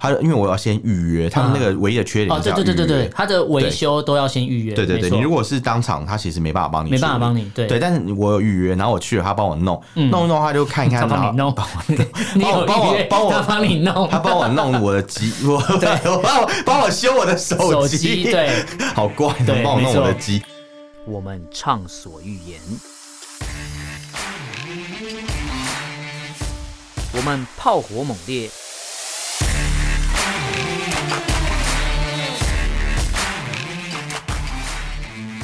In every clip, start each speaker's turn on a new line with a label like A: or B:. A: 他因为我要先预约，他们那个唯一的缺点
B: 哦，
A: 就是
B: 对
A: 要
B: 对对对
A: 预
B: 对，
A: 约
B: 它的维修都要先预约，
A: 对对
B: 没
A: 对，
B: 错
A: 你如果是当场，他其实没办法帮你，
B: 没办法帮。你，对嗯
A: 对，，但是我有预约，然后我去了，他帮我弄，弄一弄，他就看一
B: 他
A: 看，然
B: 帮
A: 后
B: 你弄， 你有
A: 帮我
B: 预约
A: 帮我
B: 他帮你弄，
A: 他帮我弄我的 机，我帮我帮我修我的手
B: 手
A: 机，
B: 机，对，
A: 好怪哦，
B: 对
A: 帮我
B: 没
A: 弄
B: 错
A: 我的机。
B: 我们畅所欲言，我们炮火猛烈，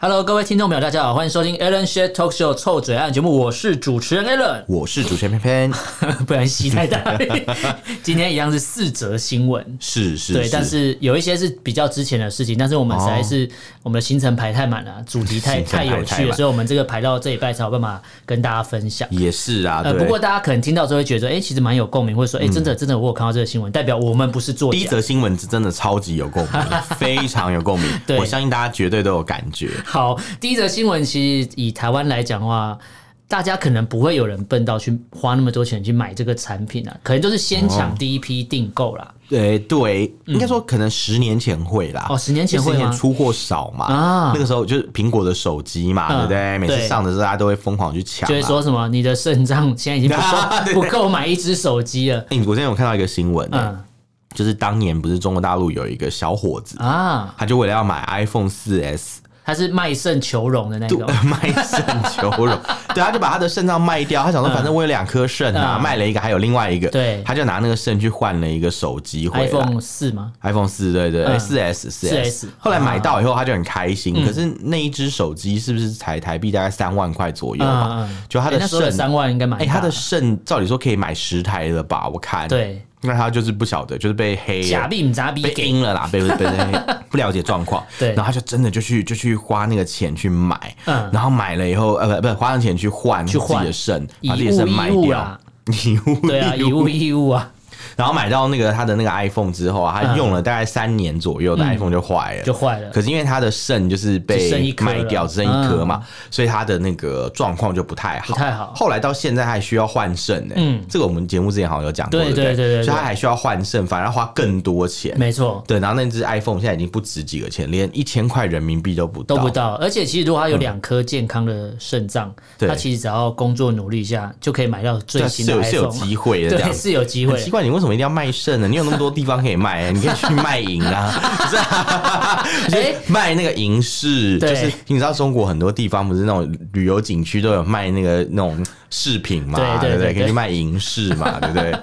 B: Hello，各位听众朋友，大家好，欢迎收听 Alan s h a t Talk Show 臭嘴案节目，我是主持人 Alan，
A: 我是主持人偏偏，
B: 不然吸太大 力。今天一样是四则新闻，
A: 是是，
B: 对，但是有一些是比较之前的事情，但是我们实在
A: 哦
B: 是、我们的行程排太满了，主题太
A: 行程
B: 太
A: 排太
B: 有趣了，
A: 满
B: 所以我们这个排到这一拜才有办法跟大家分享。
A: 也是啊，
B: 呃，
A: 对。
B: 不过大家可能听到之后会觉得，哎、其实蛮有共鸣，或者说，
A: 嗯
B: 哎、真的真的，我有看到这个新闻，代表我们不是作
A: 第一
B: 假。
A: 则新闻真的超级有 共鸣，非常有共鸣，
B: 对
A: 我相信大家绝对都有感觉。
B: 好，第一则新闻其实以台湾来讲的话，大家可能不会有人笨到去花那么多钱去买这个产品啊，可能就是先抢第一批订购啦。
A: 对对，应该说可能十年前会啦，
B: 嗯哦十年前会吗
A: 因为十年出货少嘛，
B: 啊
A: 那个时候就是苹果的手机嘛，
B: 嗯
A: 对不对？每次
B: 对
A: 上的时候大家都会疯狂去抢啊，
B: 就会说什么你的肾脏现在已经不够、
A: 啊对
B: 不够买一只手 机了，
A: 哎、我之前有看到一个新闻、欸
B: 嗯
A: 就是当年不是中国大陆有一个小伙子，
B: 啊，
A: 他就为了要买 iPhone 四 S，
B: 他是卖肾求荣的那种，
A: 卖肾求 荣，对，他就把他的肾脏卖掉。他想说，反正我有两颗肾啊，
B: 嗯
A: 卖了一个，还有另外一个，
B: 对
A: 他就拿那个肾去换了一个手机回来。
B: iPhone 四吗？
A: iPhone 四对对
B: 嗯
A: 四 S 四
B: 4S
A: 后来买到以后他就很开心，可是那一只手机是不是才台币大概三万块左右吧
B: 嗯嗯？
A: 就他
B: 诶
A: 啊的
B: 那时候
A: 肾，
B: 三万应该蛮大
A: 哎，他的肾照理说可以买十台了吧？我看，
B: 对
A: 那他就是不晓得，就是被黑了
B: 假币唔砸币
A: 被
B: 给
A: 阴了啦，被被 被不了解状况，
B: 对
A: 然后他就真的就去就去花那个钱去买，
B: 嗯
A: 然后买了以后，呃，不不，花了钱去换
B: 去换
A: 自己的肾，
B: 以
A: 把自己的
B: 物
A: 肾
B: 易
A: 卖
B: 物
A: 掉
B: 啦，
A: 以 物
B: 对啊，
A: 易
B: 以物易物啊，
A: 然后买到那个他的那个 iPhone 之后啊，他
B: 嗯
A: 用了大概三年左右的 iPhone 就坏了，
B: 就坏了
A: 可是因为他的肾就是
B: 只剩
A: 被
B: 一颗了嗯
A: 卖掉，只剩一颗嘛，所以他的那个状况就不太好，
B: 不太好
A: 后来到现在还需要换肾呢，
B: 嗯
A: 这个我们节目之前好像有讲过，
B: 对
A: 不
B: 对对对对
A: 所以他还需要换肾，反而要花更多钱，
B: 没错。
A: 对，然后那只 iPhone 现在已经不值几个钱，连一千块人民币都不到。嗯
B: 都不到，而且其实如果他有两颗健康的肾脏，
A: 对
B: 他其实只要工作努力一下，就可以买到
A: 对
B: 最
A: 啊，
B: 新
A: 是
B: 的
A: 有是有
B: iPhone 嘛。
A: 机会的这样
B: 对，
A: 子。
B: 是有机
A: 很
B: 会
A: 奇。 怪，你为什么一定要卖肾呢？你有那么多地方可以卖、你可以去卖淫啊，不是、啊？就是卖那个银饰，
B: 哎对
A: 就是你知道中国很多地方不是那种旅游景区都有卖那个那种饰品嘛，
B: 对对
A: 不
B: 对
A: 可以去
B: 对
A: 卖银饰 嘛，对不对？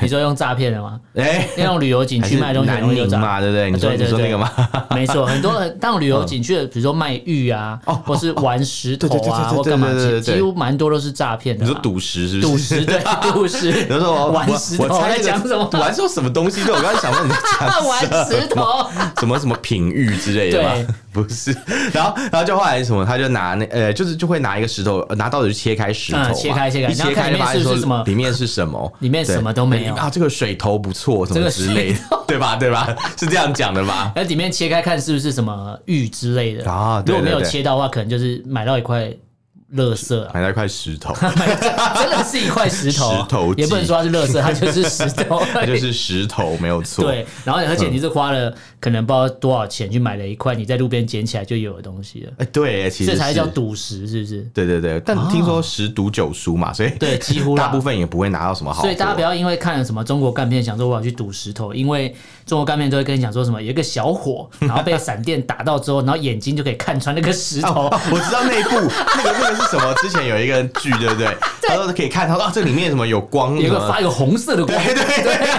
B: 你说用诈骗 的吗？
A: 哎、
B: 那种旅游景
A: 还
B: 区
A: 是
B: 卖东西很
A: 南
B: 容易有
A: 宁
B: 诈
A: 嘛，对不对？你说
B: 对对
A: 你说
B: 对
A: 那个嘛，
B: 没错，很多人当旅游景区的，比如说卖玉啊，或是玩石头啊，
A: 嗯哦对对对对对
B: 或干嘛，
A: 对对对
B: 其
A: 对对
B: 几乎蛮多都是诈骗的
A: 你
B: 啦。
A: 说赌石是不是？
B: 赌 石，对赌石，
A: 然后说我
B: 玩石头，
A: 我猜
B: 在
A: 那个
B: 讲什么？
A: 玩说什么东西？对，我刚才想问你在讲什么
B: 玩石头，
A: 什么什么品玉之类的
B: 对
A: 吧？ 不是，然后然后就后来什么，他就拿那呃，就是就会拿一个石头，呃拿到的就切开石头嘛、
B: 嗯切开切开
A: 一切开就发现
B: 然后看里面是不
A: 说
B: 是什么
A: 里面是什么，
B: 里面
A: 对
B: 什么都没有
A: 啊，这个水头不错，什
B: 这
A: 么
B: 个
A: 之类的， 对吧？对吧？是这样讲的吧？
B: 那里面切开看是不是什么玉之类的
A: 啊对
B: 如果没有
A: 对对
B: 切到的话，可能就是买到一块垃圾 啊。
A: 买到一块石 头，
B: 真的是一块石头啊，
A: 石头
B: 也不能
A: 记
B: 说它是垃圾，它就是石头，
A: 它就是嗯石头，没有错。
B: 对，然后而且你是花了可能不知道多少钱去买了一块你在路边捡起来就有的东西了，
A: 哎，对，其实
B: 这才
A: 是
B: 叫赌石，是不是？
A: 对对对，但听说十赌九输嘛，所以
B: 对几乎啦
A: 大部分也不会拿到什么好货。
B: 所以大家不要因为看了什么中国干片，想说我要去赌石头，因为中国干片都会跟你讲说什么有一个 小伙，然后被闪电打到之后，然后眼睛就可以看穿那个石头
A: 哦，，我知道那一部 那个那个是什么？之前有一个剧，对不对？他说可以看，他说啊，这里面什么有光，
B: 有一
A: 什
B: 个
A: 么
B: 发一个红色的光。
A: 对对对。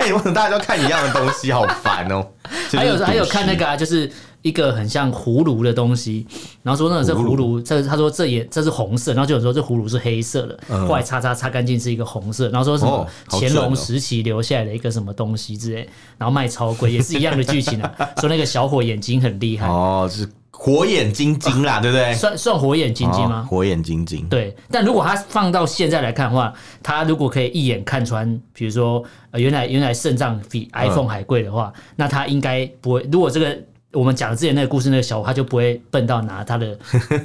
A: 哎，为什么大家都看一样的东西？好烦哦！
B: 还
A: 就是
B: 有还有
A: 赌石
B: 看那个啊，就是一个很像葫芦的东西，然后说那个是葫芦，这他说这也这是红色，然后就有说这葫芦是黑色的，后来擦擦擦干净是一个红色，然后说什么
A: 嗯哦好
B: 乾
A: 准
B: 隆
A: 哦
B: 时期留下来的一个什么东 西之类，然后卖超贵，也是一样的剧情啊，说那个小伙眼睛很厉害，
A: 哦，是火眼金睛啦，对不对？
B: 算算火眼金睛
A: 哦？
B: 吗
A: 火眼金睛，
B: 对，但如果他放到现在来看的话，他如果可以一眼看穿，比如说、呃、原来原来肾脏比
A: 嗯
B: iPhone 还贵的话，那他应该不会。如果这个我们讲之前那个故事那个小五，他就不会笨到拿 他的。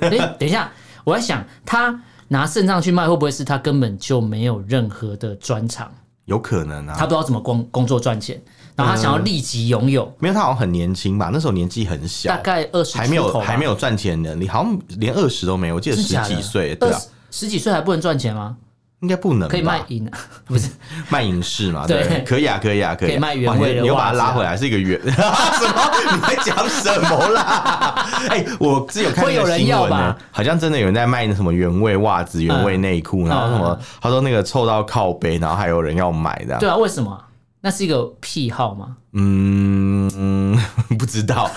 B: 哎、等一下，我在想，他拿肾脏去卖，会不会是他根本就没有任何的专长，
A: 有可能
B: 他
A: 啊嗯
B: 不。知道怎么工工作赚钱，然后他想要立即拥有，
A: 没有，他好像很年轻吧？那时候年纪很
B: 大
A: 小，
B: 概二十
A: 还没有还没
B: 有
A: 有赚钱能力，好像连二十都没有。我记得
B: 真
A: 十
B: 假的
A: 几岁，对
B: 二
A: 啊
B: 十，十几岁还不能赚钱吗？
A: 应该不能吧
B: 可以卖淫啊？ 不是。
A: 卖影视 嘛？
B: 对
A: 对，可以啊，可以啊，可以啊。
B: 可以卖原
A: 哇
B: 味的
A: 你又
B: 袜
A: 把它
B: 子
A: 拉
B: 啊
A: 回来，是一个圆。 什么？你在讲什么啦？ 哎，我之前有看
B: 会
A: 那
B: 有
A: 个
B: 人
A: 新
B: 要
A: 闻呢
B: 吧，
A: 好像真的有人在卖那什么原味袜子、原味内裤，然后什么
B: 嗯，
A: 他说那个臭到靠背，然后还有人要买的。
B: 对啊，为什么？那是一个癖好吗？
A: 嗯，嗯 不知 道，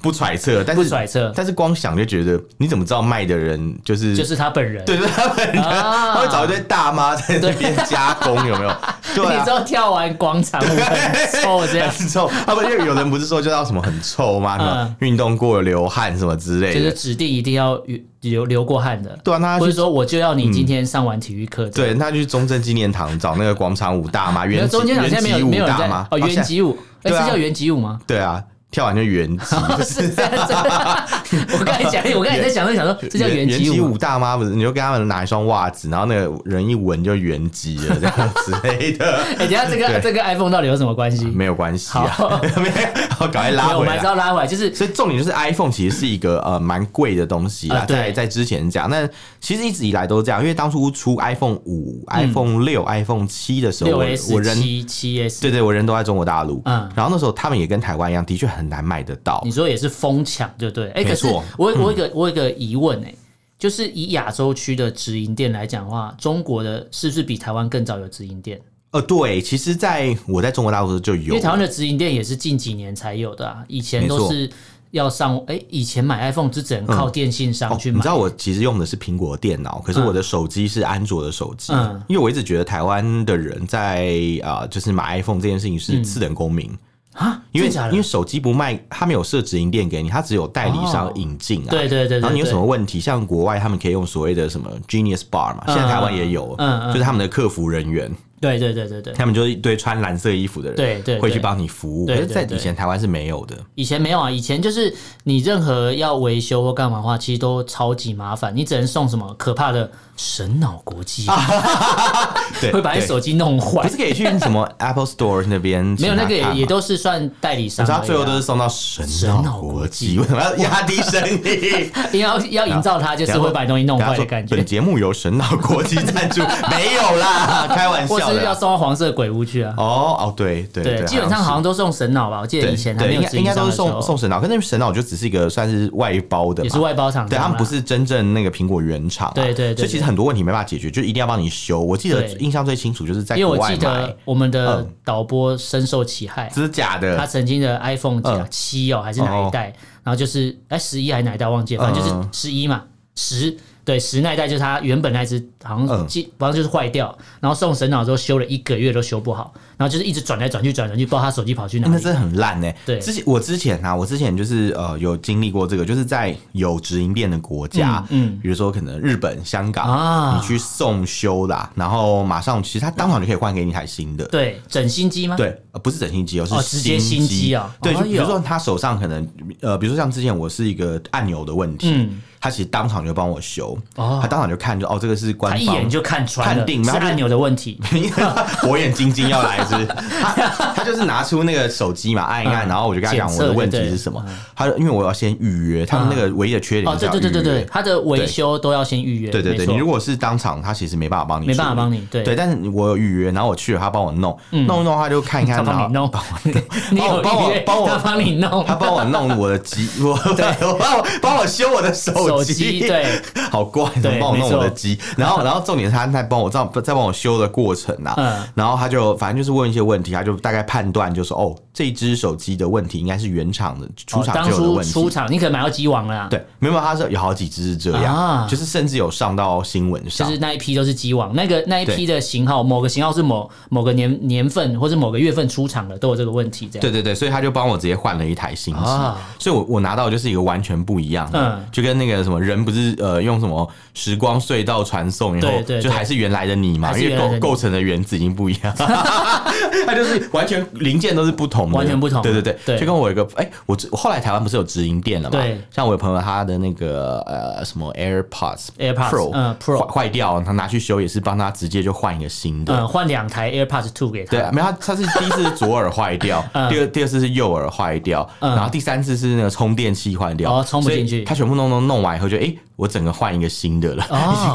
A: 不揣测，但
B: 不
A: 是
B: 揣测，
A: 但是光想就觉得，你怎么知道卖的人就是
B: 就是他本人。
A: 对，就是他们，
B: 啊
A: 他会找一堆大妈在那边加工，有 没有？对
B: 你
A: 啊
B: 知。道跳完广场舞很臭这样，
A: 很臭，他们就有人不是说就要什么很臭吗？什么运动过流汗什么之类
B: 嗯就是
A: 的。
B: 指定一定要流流过汗的，
A: 对啊，那他
B: 或者
A: 去
B: 说我就要你今天上完体育课。这样，
A: 对，那就去中正纪念堂找那个广场舞大妈，原
B: 中间好像没有
A: 原
B: 没
A: 籍
B: 有
A: 舞
B: 人
A: 大
B: 在
A: 妈
B: 哦，
A: 现
B: 原
A: 在
B: 籍舞，哎，
A: 对啊
B: 是叫原籍 舞吗？
A: 对啊，跳完就原籍。
B: 不 是，这样这样我刚才讲，我刚才在想，就想说这叫原
A: 原
B: 籍舞
A: 舞
B: 吗。
A: 大妈不是？你就跟他们拿一双袜子，然后那个人一闻就原籍了，这样之类 的，
B: 哎，等一下这个
A: 对
B: 这个 iPhone 到底有什么关系？
A: 没有关系啊，
B: 好
A: 没有，好赶快
B: 没
A: 拉
B: 有我
A: 回
B: 们还
A: 来
B: 是。要拉回来，就是
A: 所以重点就是 iPhone 其实是一个呃蛮贵的东西啦，
B: 啊对
A: 在在之前讲，那其实一直以来都是这样，因为当初出 iPhone 五、iPhone 六、iPhone 七的时候，
B: 嗯六
A: 我
B: S
A: 我人
B: 七七 S，
A: 对对，我人都在中国大陆，
B: 嗯
A: 然后那时候他们也跟台湾一样，的确很难买得到
B: 你，说也是疯抢，对不对？哎、
A: 没
B: 可是
A: 错嗯
B: 我我有一个、我有一个疑问哎、就是以亚洲区的直营店来讲的话，中国的是不是比台湾更早有直营店？
A: 呃，对，其实在我在中国大陆的时候就
B: 因
A: 有啊
B: 为，台湾的直营店也是近几年才有的啊，以前
A: 没
B: 都
A: 错
B: 是要上哎、以前买 iPhone 只只能靠电信
A: 哦
B: 商去
A: 你
B: 买，
A: 知道我其实用的是苹果电脑，可是我的手机是安卓的手机，
B: 嗯
A: 因为我一直觉得台湾的人在啊、呃就是买 iPhone 这件事情是次等公民。
B: 啊？
A: 因为
B: 嗯真假的
A: 因为手机不卖，他没有设直营店给你，他只有代理商
B: 哦
A: 引进啊。
B: 对对对对
A: 然后你有
B: 对
A: 什么问题？像国外他们可以用所谓的什么 Genius Bar 嘛，现在台湾也有，
B: 嗯嗯
A: 就是他们的客服人员，
B: 对对对对对，
A: 他们就是一堆穿蓝色衣服的人，
B: 对对对
A: 会去帮你服务。可
B: 对
A: 是，
B: 对
A: 在
B: 对
A: 以前台湾是没有的。
B: 以前没有啊，以前就是你任何要维修或干嘛的话，其实都超级麻烦，你只能送什么可怕的神脑国际，
A: 对，
B: 会把你
A: 啊对
B: 手机弄坏
A: 不。是可以去什么 Apple Store 那边？
B: 没有那个也也
A: 都。
B: 都是算代理商
A: 你知
B: 而已啊，
A: 道最后都是送到神脑国际，为什么要压低声 音？
B: 因为要要营造它就是会把你东西弄坏的感
A: 本
B: 觉，
A: 节目由神脑国际赞助，没有 啦，开玩
B: 或
A: 笑
B: 是
A: 的
B: 要
A: 啦。
B: 送到黄色鬼屋去啊。
A: 哦哦，对对
B: 对，基本上好像都送神脑吧，我记
A: 是
B: 得以前还
A: 对
B: 没
A: 应
B: 有
A: 该
B: 直
A: 应
B: 营
A: 该
B: 商
A: 都
B: 的
A: 是
B: 时候
A: 送送神脑，可是那神脑就只是一个算是外包的嘛，
B: 也是外包厂商啊，
A: 对他们不是真正那个苹果原厂啊，
B: 对对对
A: 所以其实很多问题没办法解决，就一定要帮你修。我记得
B: 对
A: 印象最清楚就是在
B: 因为
A: 国
B: 我
A: 外嗯
B: 记
A: 买
B: 得，我们的导播深受其害，
A: 真的假
B: 他
A: 的？
B: 曾经的 iPhone
A: 嗯
B: 七哦还是哪一代，然后就是哎十一还是哪一代忘记，了，反正就是
A: 嗯
B: 十一嘛，十。对，十那一代就是他原本那只，好像
A: 嗯
B: 记，好像就是坏掉，然后送神脑之后修了一个月都修不好，然后就是一直转来转去，转来转去，不知道他手机跑去哪
A: 欸
B: 里
A: 那。真的很烂呢、
B: 对
A: 之前我之前啊，我之前就是呃有经历过这个，就是在有直营店的国家，
B: 嗯
A: 嗯，
B: 嗯
A: 比如说可能日本、香港
B: 啊
A: 你去送修啦，然后马上其实他当场就可以换给你一台新的。
B: 对，整新机吗？，
A: 对，呃不是整新机哦，是
B: 哦直接
A: 新
B: 新机啊
A: 对，
B: 哦
A: 就比如
B: 哎
A: 说
B: 呦
A: 他手上可能，呃，比如说像之前我是一个按钮的问题，
B: 嗯
A: 他其实当场就帮我修，
B: 哦
A: 他当场就看就哦，这个是官
B: 他
A: 方，
B: 一眼就看穿了，
A: 判定
B: 是
A: 然后就
B: 按钮的问题。
A: 火眼金睛要来是不是，他他就是拿出那个手机嘛，按一按，
B: 嗯
A: 然后我就跟他讲
B: 检
A: 我
B: 测
A: 的问
B: 就
A: 题
B: 对嗯
A: 是什么，他说因为我要先预约，他们那个唯一的缺点
B: 哦，
A: 就是
B: 对
A: 要
B: 对对对
A: 预
B: 对，
A: 约
B: 他的维修都要先预约。
A: 对对
B: 没
A: 对，
B: 错
A: 你如果是当场，他其实没办法帮你，
B: 没办法帮。你，对嗯
A: 对，，但是我有预约，然后我去了，他帮我弄，弄一弄，他就看一
B: 他
A: 看，然
B: 帮
A: 后
B: 你弄， 你有
A: 帮我
B: 预约
A: 帮我
B: 他帮你弄
A: 他帮我弄我的机，我我帮我帮我修我的手手
B: 手机
A: 机，
B: 对，
A: 好怪，怎么
B: 对
A: 帮我弄
B: 没
A: 我
B: 错
A: 的机？然后，然 后重点是他在帮我在在帮我修的过程啊，
B: 嗯
A: 然后他就反正就是问一些问题，他就大概判断就说，哦，这一只手机的问题应该是原厂的 出
B: 哦
A: 厂
B: 当
A: 就有的
B: 初
A: 问题。
B: 出厂，你可能买到鸡王了啊啦，
A: 对，没有，他是有好几只是这样，
B: 啊
A: 就是甚至有上到新闻
B: 就
A: 上。
B: 是那一批都是鸡网，那个那一批的型号，某个型号是某某个年年份或是某个月份出厂的，都有这个问题。这样
A: 对对对，所以他就帮我直接换了一台新机，
B: 啊
A: 所以我我拿到的就是一个完全不一样的，
B: 嗯
A: 就跟那个什么人不是呃用什么时光隧道传送，然后
B: 对对
A: 就
B: 对
A: 还是原来的你嘛，
B: 还是
A: 因为
B: 原来的
A: 构
B: 你
A: 构成的原子已经不一 样，它就是完全零件都是不同的，
B: 完全不同
A: 对对对，
B: 对
A: 就跟我有一个哎、我我后来台湾不是有直营店了嘛，
B: 对
A: 像我有朋友他的那个呃什么 AirPods
B: AirPods，嗯，Pro
A: 坏坏掉，他拿去修也是帮他直接就换一个新的，
B: 嗯，换两台 AirPods Two 给
A: 对啊
B: 他，，
A: 没有他，他是第一次是左耳坏掉，
B: 嗯
A: 第二第二次是右耳坏掉，然后第三次是那个充电器坏掉，
B: 哦充不进去
A: 所以他全部弄弄弄完以后就，诶，我整个换一个新的了，
B: 哦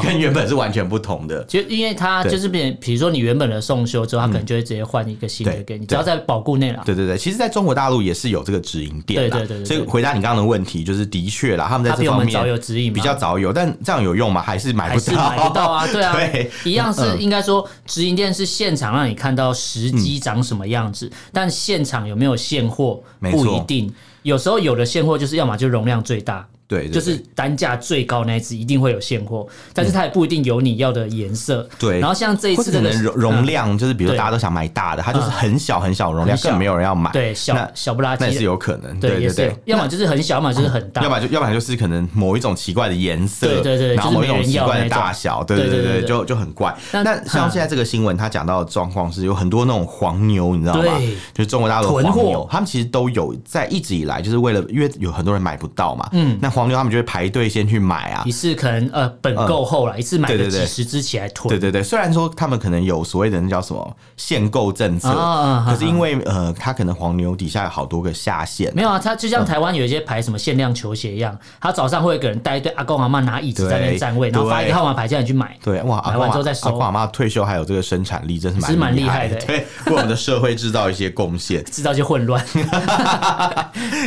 A: 跟原本是完全不同的。
B: 就因为它
A: 对嗯
B: 就是变，比如说你原本的送修之后，它可能就会直接换一个新的
A: 对
B: 给你，
A: 对
B: 只要在保固内了。
A: 对对对，其实在中国大陆也是有这个直营店啦，
B: 对对对对
A: 所以回答你刚刚的问题，就是的确啦，他们在
B: 它
A: 这
B: 比我
A: 方
B: 们早有
A: 面
B: 指引嘛，
A: 比较早有，但这样有用吗？还是买
B: 还
A: 不
B: 是买得到啊，对啊，
A: 对嗯
B: 一样是应该说直营店是现场让你看到实机长什么样子，但现场有没有现货
A: 没错
B: 不一定。有时候有的现货就是要么就容量最大，
A: 对，对对
B: 就是单价最高那一只一定会有现货，但是它也不一定有你要的颜色。
A: 对
B: 然后像这一
A: 或
B: 次
A: 者
B: 这
A: 可
B: 个
A: 能容容量，就是比如
B: 嗯对嗯
A: 大家都想买大的，它就是很小很小的容量，
B: 很小
A: 根本没有人要买，
B: 啊对
A: 那
B: 小小不拉
A: 那也
B: 几
A: 是
B: 的，
A: 有可能，
B: 对
A: 对对
B: 也是
A: 对
B: 有，，要么就是很小，要么就是很大
A: 要。不然就要不然就是可能某一种奇怪的颜色，
B: 对对对
A: 然后
B: 就是
A: 某一种
B: 没人
A: 奇
B: 要
A: 怪
B: 那
A: 的
B: 种
A: 大小，对
B: 对
A: 对
B: 对对
A: 就就很怪。
B: 那
A: 那像现在这个新闻，他讲到的状况是有很多那种黄牛，你知道吗
B: 对？
A: 就是中国大陆的
B: 囤
A: 黄
B: 货
A: 牛，他们其实都有在一直以来就是为了，因为有很多人买不到嘛，嗯，那黄牛他们就会排队先去买啊
B: 一。次可能呃本购后了，一次买
A: 嗯对
B: 个
A: 对
B: 几
A: 对
B: 十只起来
A: 对
B: 囤，
A: 对对，虽然说他们可能有所谓的那叫什么限购政策，
B: 啊啊
A: 可是因为呃，他可能黄牛底下有好多个下线，
B: 没有啊，它就
A: 嗯
B: 像台湾有一些牌什么限量球鞋一样，他早上会有一个人带一堆阿公阿妈拿椅子在那边站位，
A: 对
B: 然后发一个
A: 对
B: 号码牌叫你去买，
A: 对，哇，阿
B: 买
A: 公
B: 完
A: 阿
B: 之后再收
A: 阿公阿妈退休还有这个生产力，真是
B: 是
A: 蛮
B: 蛮厉
A: 害
B: 害的
A: 对，为我们的社会制造一些贡
B: 。
A: 献
B: 制造一些混乱。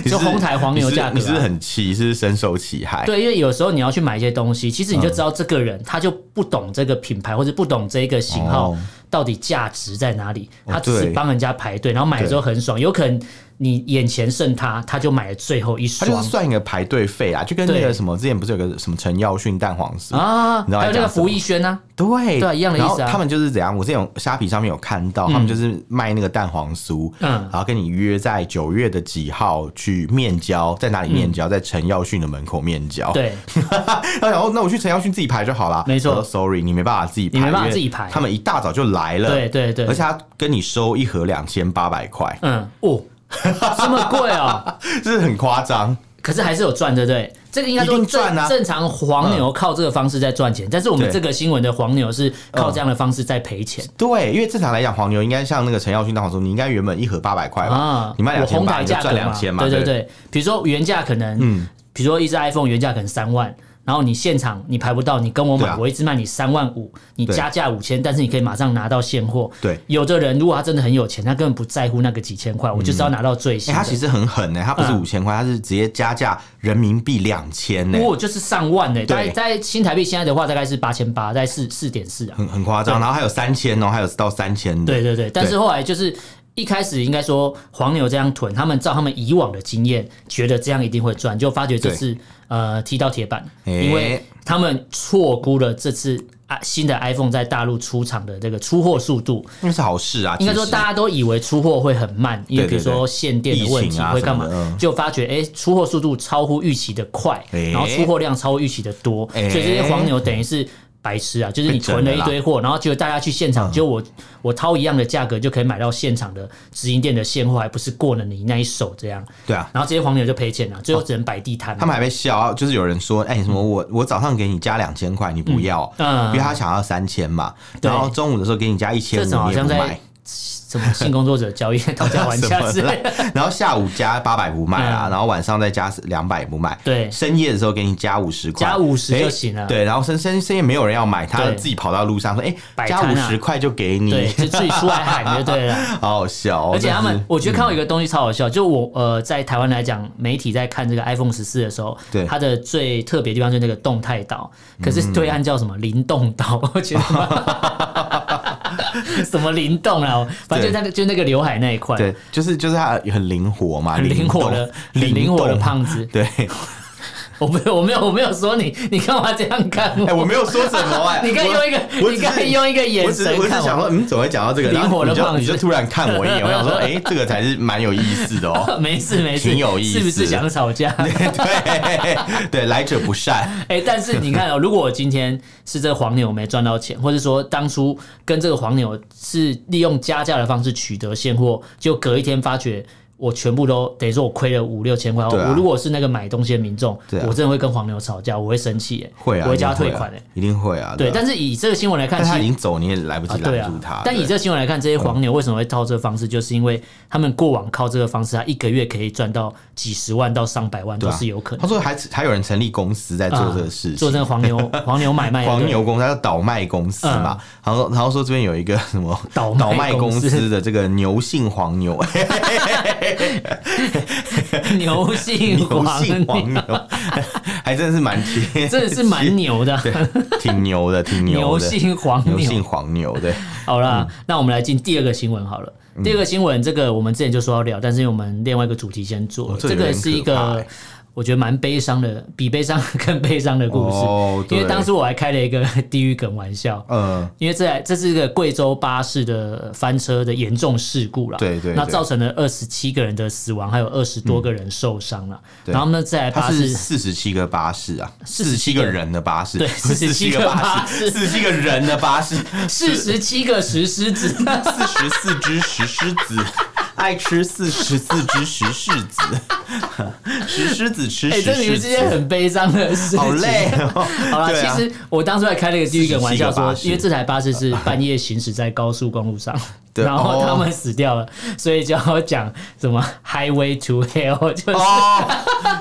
A: 你
B: 就是哄抬黄牛价格啊
A: 你是你是很气，是深受其害。
B: 对，因为有时候你要去买一些东西，其实你
A: 嗯
B: 就知道这个人他就不懂这个品牌或者不懂这个型号
A: 哦
B: 到底价值在哪里，
A: 哦
B: 他只是
A: 对
B: 帮人家排队，然后买了之后很爽，有可能你眼前剩他，他就买了最后一
A: 他就是
B: 双。
A: 算一个排队费啊，就跟那
B: 对
A: 个什么之前不是有个什么陈耀迅蛋黄酥
B: 啊，
A: 你知道
B: 还有
A: 在
B: 那个
A: 讲什么
B: 福艺轩啊，
A: 对
B: 对啊一样的意思啊
A: 然后他们就是怎样，我这种虾皮上面有看到，他们就是卖那个蛋黄酥，
B: 嗯
A: 然后跟你约在九月的几号去面交，在哪里面
B: 嗯
A: 交？在陈耀迅的门口面交。，
B: 对，
A: 他想说，哎哦那我去陈耀迅自己排就好啦。
B: 没
A: 我
B: 错
A: 说，sorry，你没办法自己排，
B: 你没办
A: 因
B: 法
A: 为
B: 自己排
A: 他们一大早就来了，
B: 对对对
A: 而且他跟你收一盒两千八百块，
B: 嗯，哦，这么贵哦，
A: 这是很夸张。
B: 可是还是有赚，对不对？这个应该
A: 一
B: 说
A: 定
B: 正
A: 赚啊
B: 正常黄牛靠这个方式在赚钱，但是我们
A: 对嗯
B: 这个新闻的黄牛是靠这样的方式在赔钱。
A: 对，因为正常来讲，黄牛应该像那个陈耀勋蛋黄酥，你应该原本一盒八百块吧
B: 啊，，
A: 你卖
B: 我
A: 两千
B: 哄
A: 八，
B: 抬
A: 你就
B: 价格
A: 赚两千嘛，
B: 对
A: 对。嗯
B: 对。比如说原价可能，比如说一只 iPhone 原价可能三万，然后你现场你排不到，你跟我
A: 对
B: 买，
A: 啊
B: 我一直卖你三万五，你
A: 对
B: 加价五千，但是你可以马上拿到现货。
A: 对
B: 有的人如果他真的很有钱，他根本不在乎那个几千块，我就是要拿到最
A: 哎、
B: 新
A: 他
B: 的。
A: 其实很狠呢、他不是
B: 嗯
A: 五千块，他是直接加价人民币两千欸呢，
B: 我就是上万欸呢，大概
A: 对
B: 在新台币现在的话，大概是八千八，在四四点四啊。
A: 很很夸张。然后还有三千哦，还有到三千的，
B: 对对对，但是后来就是一开始应该说黄牛这样囤，他们照他们以往的经验，觉得这样一定会赚，就发觉这次呃踢到铁板，
A: 诶
B: 因为他们错估了这次。啊，新的 iPhone 在大陆出厂的这个出货速度，
A: 那是好事啊。
B: 应该说
A: 其实
B: 大家都以为出货会很慢，因为
A: 对
B: 比如
A: 对对
B: 说限电的问
A: 疫
B: 题
A: 情啊
B: 会干嘛
A: 什么的，嗯
B: 就发觉哎、诶出货速度超乎预期的快，
A: 诶
B: 然后出货量超乎预期的多，所
A: 诶
B: 以这些黄牛等于是。白痴啊！就是你囤了一堆货，然后结果大家去现场，
A: 嗯
B: 就我我掏一样的价格就可以买到现场的直营店的现货，还不是过了你那一手这样。
A: 对啊。
B: 然后这些黄牛就赔钱了，最后只能摆地摊。
A: 他们还被笑啊，就是有人说，哎、什么我我早上给你加两千块，你不要，
B: 嗯
A: 因为他想要三千嘛，
B: 对
A: 然后中午的时候给你加一千
B: 这
A: 五，
B: 种
A: 你
B: 好
A: 也
B: 像
A: 不
B: 在
A: 买，
B: 什么性工作 者交易讨价还价之类的。
A: 然后下午加八百不卖啦，然后晚上再加两百不卖，
B: 嗯对
A: 深夜的时候给你加五十块，
B: 加50就
A: 哎
B: 行了
A: 对，然后深深深夜没有人要买，他
B: 对
A: 自己跑到路上说，哎，
B: 摆
A: 加
B: 摊
A: 五
B: 啊
A: 十块就给
B: 对，
A: 你，
B: 就自己出来喊就对了。
A: 好好笑哦。
B: 而且他
A: 真
B: 们
A: 是，
B: 我觉得看到一个东西超好笑，就我呃，在台湾来讲，媒体在看这个 iPhone 十四的时候，
A: 对嗯
B: 它的最特别地方就是那个动态岛，可是对岸叫什么灵动岛， 我觉得 蛮什么灵动啊，反正就那个就那个刘海那一块，
A: 对，就是就是他很灵活嘛，
B: 很灵活的、
A: 灵动
B: 很灵活的
A: 动
B: 胖子。
A: 对，
B: 我没有，我没有，我没有说你，你干嘛这样看 我？
A: 哎，我没有说什么哎，
B: 你可以
A: 我
B: 用一个，
A: 我
B: 你
A: 只
B: 可
A: 是
B: 以用一个
A: 我
B: 眼
A: 只是我
B: 神
A: 只是
B: 看
A: 想说，嗯，怎么会讲到这个？
B: 灵
A: 然后
B: 活
A: 你
B: 的胖
A: 就
B: 子
A: 你就突然看我一眼，我想 说，哎，这个才是蛮有意思的哦。
B: 没事没事，
A: 挺有意思的
B: 是不是想吵架？
A: 对对，来者不善。
B: 哎、但是你看哦，如果我今天是这个黄牛没赚到钱，或者说当初跟这个黄牛是利用加价的方式取得现货，就隔一天发觉我全部都等于说我亏了五六千块。
A: 对啊
B: 我如果是那个买东西的民众，
A: 对啊
B: 我真的会跟黄牛吵架，我会生气、耶，
A: 会啊，
B: 我会叫他
A: 一定
B: 退
A: 啊
B: 款、耶。欸
A: 一定会啊。
B: 对，
A: 啊
B: 但是以这个新闻来看，
A: 但他已
B: 其实。
A: 经走，你也来不及
B: 啊，对
A: 拦
B: 啊
A: 住他。，嗯
B: 但以
A: 对
B: 这个新闻来看，这些黄牛为什么会套这个方式，就是因为他们过往靠这个方式，他一个月可以赚到几十万到上百万
A: 对
B: 都
A: 啊
B: 是有可能
A: 他。说还还有人成立公司在做这个事情，
B: 啊做这个黄牛黄牛 买卖，嗯
A: 黄牛公司，它叫倒卖公司嘛。然后，然后说这边有一个什么
B: 倒卖
A: 倒卖公
B: 公司
A: 司的这个牛姓黄牛，哎
B: 对 牛性
A: 牛
B: 黄
A: 姓
B: 牛，
A: 黄牛， 还真的是蛮贴，
B: 真的是蛮牛的，
A: 对， 挺牛的，挺
B: 牛
A: 牛的，
B: 性黄
A: 牛嗯姓
B: 牛。
A: 黄牛， 对，
B: 好啦，那我们来进第二个新闻好了。
A: 嗯
B: 第二个新闻，这个我们之前就说要聊，但是因为我们另外一个主题先做
A: 哦
B: 了，
A: 这有
B: 这个
A: 点
B: 是一
A: 可怕
B: 个
A: 欸
B: 我觉得蛮悲伤的，比悲伤更悲伤的故
A: 哦
B: 事。因为
A: 对
B: 当时我还开了一个 地狱梗玩笑，
A: 嗯，
B: 因为这这是一个贵州巴士的翻车的严重事故了，
A: 对对
B: 那
A: 对
B: 造成了二十七个人的死亡，还有二十多个人受伤了。
A: 嗯对
B: 然后呢，这台
A: 它
B: 巴
A: 是
B: 士
A: 四十七个巴士啊，四十七
B: 47
A: 个人的巴士，
B: 对
A: 47
B: 47个巴
A: 士，
B: 士
A: 四十七个人的巴士，
B: 四十七个石 狮子，
A: 四十四只石狮子，爱吃四十四只石狮子，石狮子吃
B: 哎、
A: 石
B: 这明明
A: 狮
B: 是件
A: 子，
B: 很悲伤的事 情。
A: 好累。哦。
B: 好了，
A: 对啊
B: 其实我当初还开了一个地狱梗玩笑
A: 47个
B: 说
A: 巴，士
B: 因为这台巴士是半夜行驶在高速公路上，
A: 对
B: 然后
A: 哦
B: 他们死掉了，所以就要讲什么 Highway to Hell，就是
A: 哦，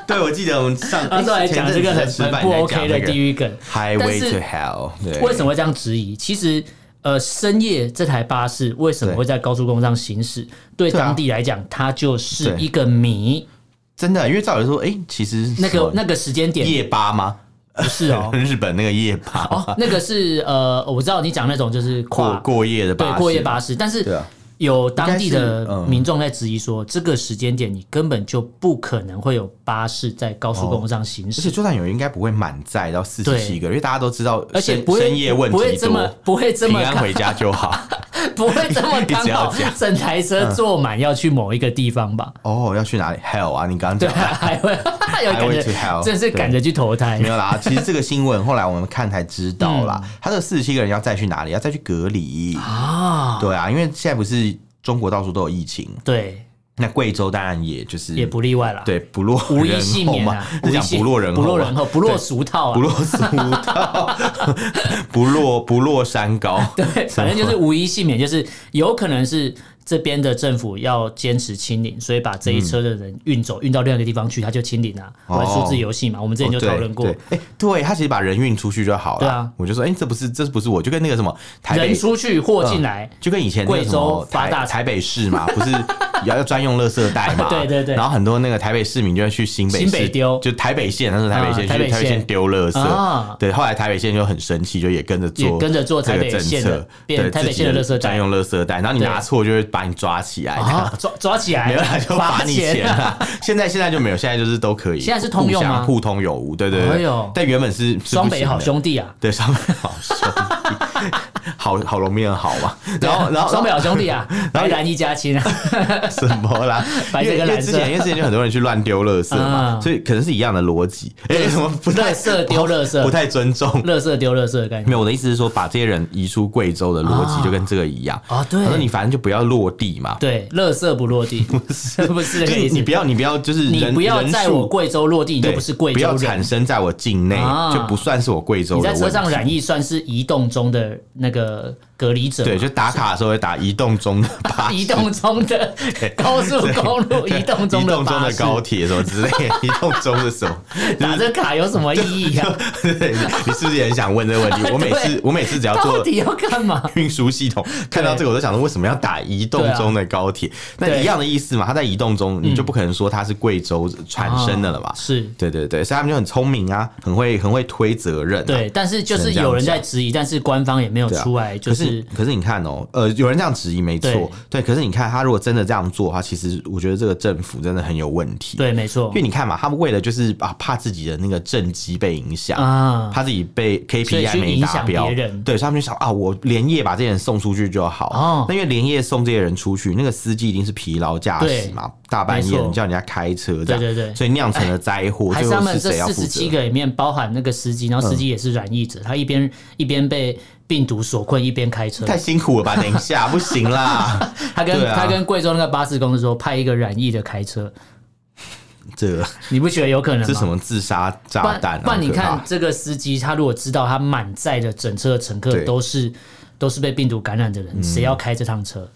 A: 对，我记得我们上哎
B: 当初来讲这个很很不 OK 的地
A: 狱
B: 狱梗。但
A: ，Highway
B: 是
A: to Hell，对，
B: 为什么会这样质疑？其实，呃，深夜这台巴士为什么
A: 对
B: 会在高速公路上行驶？对
A: 对啊
B: 当地来讲，它就是
A: 对
B: 一个谜。
A: 真的？因为照理说，哎，其实
B: 那
A: 什
B: 个
A: 么
B: 那个时间点
A: 夜巴吗？，
B: 不是哦
A: 日本那个夜巴，
B: 哦，那个是呃，我知道你讲那种就是
A: 过
B: 跨
A: 过夜的巴
B: 对
A: 士，
B: 过夜巴士，但
A: 对
B: 是
A: 啊
B: 有当地
A: 应该是
B: 的
A: 嗯
B: 民众在质疑说，这个时间点你根本就不可能会有巴士在高速公路上行
A: 而
B: 驶
A: 且。座站有应该不会满载到四十七个，因为大家都知道深，
B: 而且不会
A: 深夜问
B: 不会
A: 题
B: 这么
A: 多，
B: 不会这
A: 平
B: 么
A: 安回家就好。
B: 不会这么
A: 一
B: 刚
A: 直要
B: 好
A: 讲
B: 整台车坐满要去某一个地方吧？
A: 哦，要去哪里？Hell 啊！你刚刚
B: 对
A: 讲
B: 啊， 还会有感
A: Highway to hell，
B: 觉，真是赶着去投胎
A: 没。有 啦，其实这个新闻后来我们看才知道
B: 嗯
A: 啦，他这四十七个人要再去哪里？要再去隔离啊？对啊，因为现在不是中国到处都有疫情，
B: 对，
A: 那贵州当然也就是
B: 也不例外啦。
A: 对不落
B: 无一
A: 人
B: 幸
A: 后
B: 免
A: 嘛
B: 啊，，
A: 是
B: 无一
A: 讲
B: 幸
A: 不落人
B: 不落
A: 后
B: 人
A: 嘛。
B: 后，不落俗套啊
A: 不。落俗套， 不落不落山高。
B: 对， 反正就是无一幸免，就是有可能是这边的政府要坚持清零，所以把这一车的人运走，运到另外一个地方去，他就清零啊，
A: 哦
B: 玩数字游戏嘛，我们之前就讨论过
A: 哦。对对哎、对他其实把人运出去就好了。
B: 对啊
A: 我就说，哎、这不是，这不是我，就跟那个什么台北
B: 人，出去货进来，
A: 就跟以前那个
B: 贵州
A: 什么
B: 发
A: 台
B: 大财
A: 台北市嘛， 不是要要专用垃圾袋嘛？
B: 对对对
A: 然后很多那个台北市民就会去新北市
B: 新北丢
A: 就台北县，那时候台北县、
B: 啊台北
A: 去台北县
B: 县
A: 丢垃圾。
B: 啊
A: 对，后来台北县就很生气，就也跟着做
B: 也跟着做
A: 这个
B: 台北
A: 政
B: 县的
A: 策，
B: 变
A: 对
B: 台北
A: 自己
B: 县的垃圾袋
A: 专用垃圾袋，然后你
B: 对
A: 拿错就会把你抓起来。
B: 啊，抓抓起来，
A: 没有啦，就罚你钱
B: 啊
A: 啦。现在现在就没有，现在就是都可以。
B: 现在是通用吗
A: 互相互通有无，对对
B: 哎
A: 对
B: 呦。
A: 但原本是
B: 双北
A: 是不行
B: 好，
A: 的
B: 兄弟啊，
A: 对双北好兄弟， 好好龙面好嘛。然后然后
B: 双北好兄弟 啊，
A: 然后
B: 白蓝一家亲啊，
A: 什么啦？
B: 白
A: 因
B: 色
A: 为
B: 跟
A: 因为
B: 蓝
A: 之
B: 色
A: 前因为之前就很多人去乱丢垃圾嘛，
B: 嗯
A: 所以可能是一样的逻辑。哎，什么 不太
B: 垃圾丢垃圾
A: 不太尊重。
B: 垃圾丢垃圾的概
A: 没
B: 念。
A: 有，我的意思是说，把这些人移出贵州的逻辑就跟这个一样
B: 啊对
A: 他说你反正就不要落地嘛，
B: 对，垃圾不落地，不是 不是
A: 就
B: 这个
A: 是
B: 意思
A: 你。不要，你不要，就是
B: 你
A: 人
B: 不要
A: 人
B: 在
A: 数
B: 我贵州落地，你就
A: 对，
B: 不是贵
A: 不
B: 州
A: 要
B: 人
A: 产。生在我境内，
B: 啊
A: 就不算是我贵州
B: 你
A: 的
B: 在
A: 问题。
B: 车上染疫算是移动中的那个隔离者嘛，
A: 对，就打卡的时候会打移动中 的巴士
B: 移动中 的高速公路，移动中
A: 移
B: 的
A: 动中
B: 巴
A: 的
B: 士，
A: 高铁什么之类 的，移动中的什么？
B: 打这卡有什么意义啊？
A: 对，你是不是也很想问这个问 题？我每次我每次只要
B: 到
A: 做
B: 底要干 嘛？
A: 运输系统，看到这个我都想说，为什么要打移动中的高铁？那
B: 对啊嗯
A: 一样的意思嘛，它在移动中，你就不可能说它是贵州产生的了吧？
B: 是
A: 对对对，所以他们就很聪明啊，很会很会推责任、啊。
B: 对，但是就
A: 只
B: 是
A: 能这样
B: 有人在质疑，但是官方也没有
A: 对啊
B: 出来，就
A: 可是
B: 是
A: 可是你看哦、呃，有人这样质疑没错对。
B: 对，
A: 可是你看，他如果真的这样做的话，其实我觉得这个政府真的很有问题。，
B: 对，没错
A: 因为你看嘛，他们为了就是啊，怕自己的那个政绩被影响，
B: 啊，
A: 怕自己被
B: 所以去
A: KPI 没
B: 影
A: 达
B: 响
A: 标
B: 别人，
A: 对，所以他们就想啊，我连夜把这些人送出去就好。
B: 哦
A: 那因为连夜送这些人出去，那个司机一定是疲劳驾驶
B: 对
A: 嘛，大半
B: 没
A: 夜
B: 错
A: 你叫人家开车，这样
B: 对对对
A: 所以酿成了灾祸，
B: 还
A: 最
B: 是他
A: 后
B: 们
A: 是
B: 这
A: 谁要
B: 四
A: 负
B: 十
A: 责啊嗯
B: 七？个里面包含那个司机，然后司机也是染疫者，他一边一边被病毒所困，一边开车。
A: 太辛苦了吧？等一下，不行 啦，
B: 他跟
A: 对啊
B: 他跟贵州那个巴士公司说，派一个染疫的开车，
A: 这
B: 你不觉得有可能
A: 这什
B: 吗？
A: 么自杀
B: 不
A: 炸弹
B: 然
A: 啊？
B: 不然你
A: 可怕
B: 看这个司机，他如果知道他满载的整车的乘客
A: 对嗯
B: 都是都是被病毒感染的人，谁要开这趟车？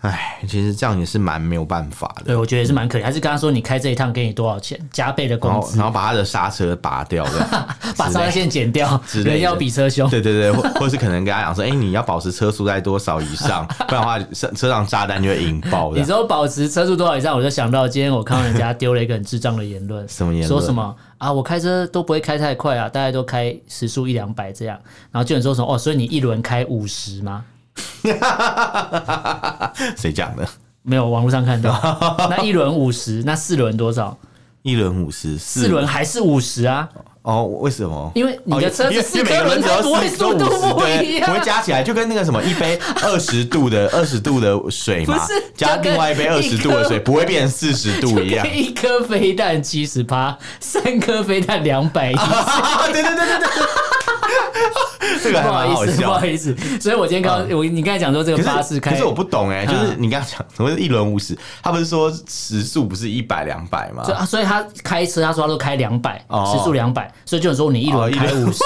A: 唉，其实这样也是蛮没有办法的。
B: 对，我觉得也是蛮可怜。还是跟他说，你开这一趟给你多少钱，加倍的
A: 然
B: 工
A: 后，
B: 资
A: 然，后把他的刹车拔掉，这 样
B: 把
A: 哦之类
B: 上
A: 的
B: 线剪掉，
A: 之类的
B: 人要比车凶。
A: 对对对，或或是可能跟他讲说，哎、你要保持车速在多少以上， 不然的话车车上炸弹就会引爆
B: 你
A: 的。
B: 说保持车速多少以上，我就想到今天我看到人家丢了一个很智障的言论，
A: 什么言论
B: 说什么啊，我开车都不会开太快啊，大概都开时速一两百这样。然后就有人说什么哦，所以你一轮开五十吗？
A: 谁讲的？
B: 没有，网络上看到 那一轮五十，那四轮多少？
A: 一轮五十，
B: 四轮还是五十啊？
A: 哦？为什么？
B: 因为你的车子
A: 哦因为
B: 四
A: 因为每
B: 颗
A: 个
B: 轮
A: 轮子
B: 胎
A: 都
B: 不会
A: 四
B: 速度
A: 都50
B: 不一
A: 对
B: 样
A: 不会，加起来，就跟那个什么一杯二十度的二十度的水嘛
B: 不是，
A: 加
B: 就跟
A: 另外一杯二十度的水，
B: 一颗
A: 不会变成四十度一样。
B: 跟 一颗飞弹七十趴，三颗飞弹两百一。
A: 啊 对对对对对，这个还
B: 不好
A: 蛮好
B: 意思，不
A: 笑
B: 好
A: 的。
B: 意思，所以我今天刚我你刚才讲说这个巴
A: 可
B: 士
A: 是
B: 开，
A: 可是我不懂哎、就是
B: 嗯
A: 你刚刚讲什么是一轮五十，他不是说时速不是一百两百吗？
B: 所以所以他开车，他说他都开两百、
A: 哦
B: 时速两百，所以就有说你一
A: 哦
B: 轮
A: 一
B: 开
A: 轮
B: 五十、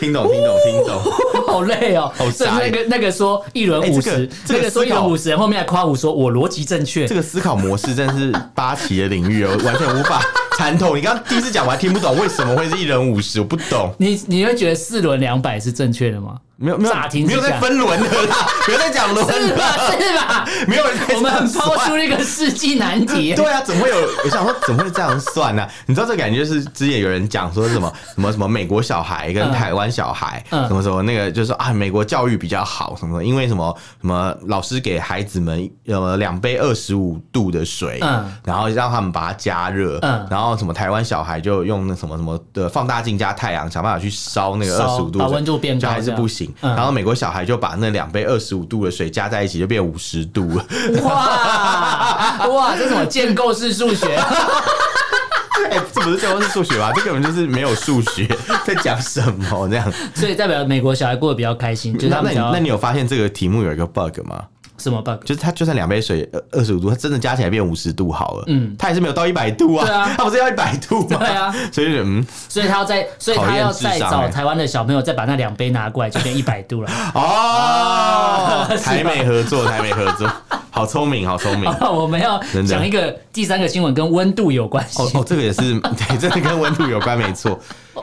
A: 听懂听懂听懂。
B: 好累哦。
A: 好
B: 所以
A: 傻
B: 那
A: 眼
B: 个那个说一轮
A: 哎
B: 五
A: 这
B: 十、
A: 个这个
B: 那个说一
A: 思考
B: 轮五十，然后后面还夸我说我逻辑正确
A: 这。个思考模式真的是八旗的领域哦，完全无法参透。你刚刚第一次讲我还听不懂为什么会是一人五十，我不懂，
B: 你你会觉得四轮两百是正确的吗？
A: 没有没
B: 乍听
A: 有
B: 之
A: 没有在
B: 下
A: 分轮的啦，不要再讲轮
B: 是
A: 了，
B: 吧？是吧？
A: 没有人在
B: 我们很
A: 这样
B: 抛
A: 算
B: 出了一个世纪难 题。
A: 对啊，怎么会有？我想说，怎么会这样算呢、啊你知道这感觉就是之前有人讲说什么什么什么美国小孩跟
B: 嗯
A: 台湾小孩、
B: 嗯
A: 什么什么那个，就是说啊，美国教育比较好什么的，因为什么什么老师给孩子们呃两杯二十五度的水，
B: 嗯
A: 然后让他们把它加热，
B: 嗯
A: 然后什么台湾小孩就用那什么什么的放大镜加太阳，想办法去烧那个
B: 烧
A: 二十五度的
B: 把
A: 水，
B: 温度变
A: 就
B: 高
A: 还是
B: 这样
A: 不行。
B: 嗯
A: 然后美国小孩就把那两杯二十五度的水加在一起，就变五十度了。
B: 哇哇，这什么建构式数学？
A: 哎、这不是这不是数学吧？这根本就是没有数学，在讲什么这样？
B: 所以代表美国小孩过得比较开心，就是
A: 那
B: 他
A: 那
B: 们比
A: 你那
B: 较
A: 你有发现这个题目有一个 bug 吗？
B: 什么 bug？
A: 就是它就算两杯水呃二十五度，它真的加起来变五十度好了，嗯，它也是没有到一百度啊，
B: 对啊
A: 它不是要一百度吗？
B: 对啊，
A: 所以就嗯，
B: 所以他 要再，所以他要
A: 考
B: 再
A: 验智商
B: 找
A: 欸
B: 台湾的小朋友再把那两杯拿过来，就变 一百度了。
A: 哦，
B: 啊是吧
A: 台美合作，台美合作，好聪明，好聪明。
B: 好我们要
A: 真的
B: 讲一个第三个新闻，跟温度有关系。
A: 哦哦，这个也是 对，真的跟温度有关，没错。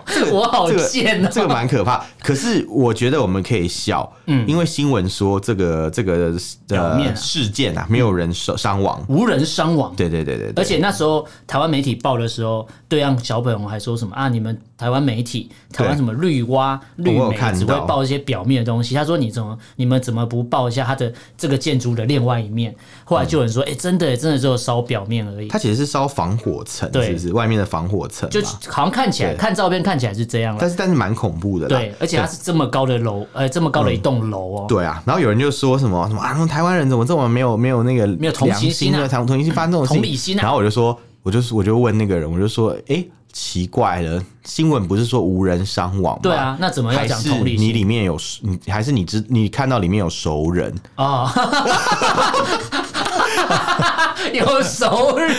A: 这个
B: 我好
A: 这个
B: 贱哦
A: 这个蛮可怕。可是我觉得我们可以笑，嗯，因为新闻说这个这个
B: 表面啊
A: 呃事件啊，没有人受伤亡。
B: 无人伤亡。
A: 对对对对对，
B: 而且那时候台湾媒体报的时候，对岸小粉红还说什么啊？你们台湾媒体，台湾什么绿蛙、绿
A: 哦我有
B: 媒
A: 看
B: 只会
A: 到
B: 报一些表面的东西。他说你怎么你们怎么不报一下它的这个建筑的另外一面？后来就有人说，哎、真的耶真的只有烧表面而已。
A: 它其实是烧防火层，
B: 对
A: 是不是？外面的防火层
B: 就
A: 嘛。
B: 好像看起来
A: 对
B: 看照片看起来是这样了
A: 但，是但是蛮恐怖的啦。
B: 对，而且它是这么高的楼，呃，这么高的一栋楼哦，
A: 对啊，然后有人就说什么什么啊，台湾人怎么这么没有没有那个没
B: 有同情心啊
A: 同同情心发生这种事情
B: 同理心啊
A: 然后我就说，我就是我就问那个人，我就说，哎，奇怪了，新闻不是说无人伤亡吗？
B: 对啊，那怎么要
A: 还
B: 讲
A: 是
B: 同理
A: 你
B: 心
A: 里面有 你，还是你知你看到里面有熟人？
B: 哦， 有熟人。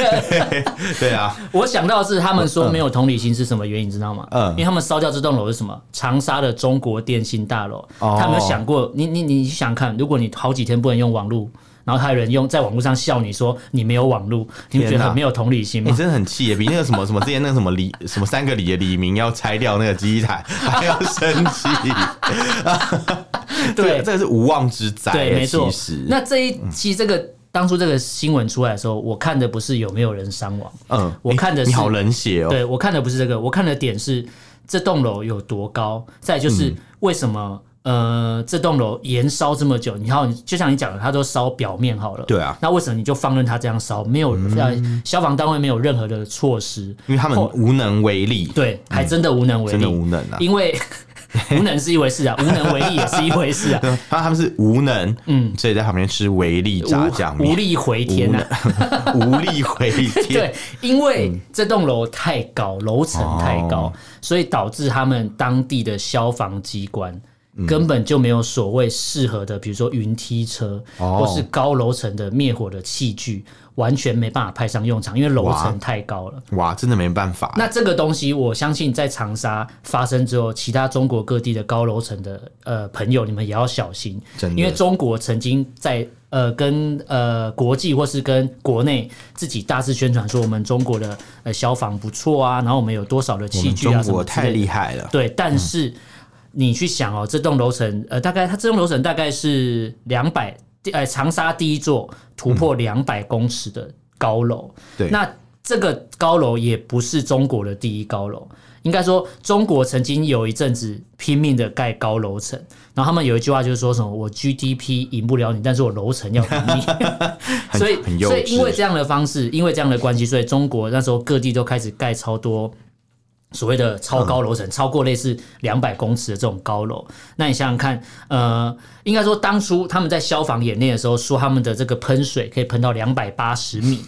A: 对啊，
B: 我想到的是他们说没有同理心是什么原因，你知道吗？
A: 嗯
B: 因为他们烧掉这栋楼是什么？长沙的中国电信大楼。
A: 哦
B: 他有没有想过？你你你想看，如果你好几天不能用网络，然后还有人用在网络上笑你说你没有网络，你不觉
A: 天
B: 得
A: 哪哎
B: 很没有同理心
A: 你、
B: 吗？
A: 真的很气耶，比那个什么什么之前那个什么李什么三个李的李明要拆掉那个机台还要生气，这
B: 对
A: 个这个是无妄之灾耶。
B: 对，没错
A: 哎其实。
B: 那这一期这个当初这个新闻出来的时候，我看的不是有没有人伤亡，
A: 嗯
B: 我看的
A: 你
B: 是
A: 你好冷血哦，
B: 对我看的不是这个，我看的点是这栋楼有多高，再
A: 嗯
B: 就是为什么、呃这栋楼延烧这么久，你好，就像你讲的，它都烧表面好了，
A: 对啊嗯
B: 那为什么你就放任它这样烧，没有让、消防单位没有任何的措施，
A: 因为他们
B: 后
A: 无能为力，
B: 对，还真的无能为
A: 嗯真
B: 力，
A: 的无能啊。
B: 因为 无能是一回事啊，无能为力也是一回 事啊。
A: 对，然后他们是无能，嗯，所以在旁边吃维力炸酱
B: 无无
A: 面，
B: 力回天呐、啊！
A: 无力回天
B: 对，，因为这栋楼太高，楼层太高，
A: 嗯哦
B: 所以导致他们当地的消防机关。
A: 嗯
B: 根本就没有所谓适合的，比如说云梯车、
A: 哦
B: 或是高楼层的灭火的器具，完全没办法派上用场，因为楼
A: 哇
B: 层太高了。
A: 哇，真的没办法。
B: 那这个东西，我相信在长沙发生之后，其他中国各地的高楼层的呃朋友，你们也要小心，
A: 真的
B: 因为中国曾经在呃跟呃国际或是跟国内自己大肆宣传说我们中国的呃消防不错啊，然后我们有多少的
A: 我
B: 器
A: 们
B: 具啊
A: 中
B: 什么
A: 国
B: 之
A: 太
B: 类的
A: 厉害了，
B: 对，但是、你去想哦，这栋楼层呃，大概它这栋楼层大概是两百呃长沙第一座突破两百公尺的高楼，
A: 对
B: 那这个高楼也不是中国的第一高楼。应该说，中国曾经有一阵子拼命的盖高楼层，然后他们有一句话就是说什么“我 GDP 赢不了你，但是我楼层要赢你”，
A: 很
B: 所以
A: 很幼
B: 所以因为
A: 稚。
B: 这样的方式，因为这样的关系，所以中国那时候各地都开始盖超多所谓的超高楼层，
A: 嗯
B: 超过类似两百公尺的这种高楼。那你想想看，呃，应该说当初他们在消防演练的时候，说他们的这个喷水可以喷到两百八十 米。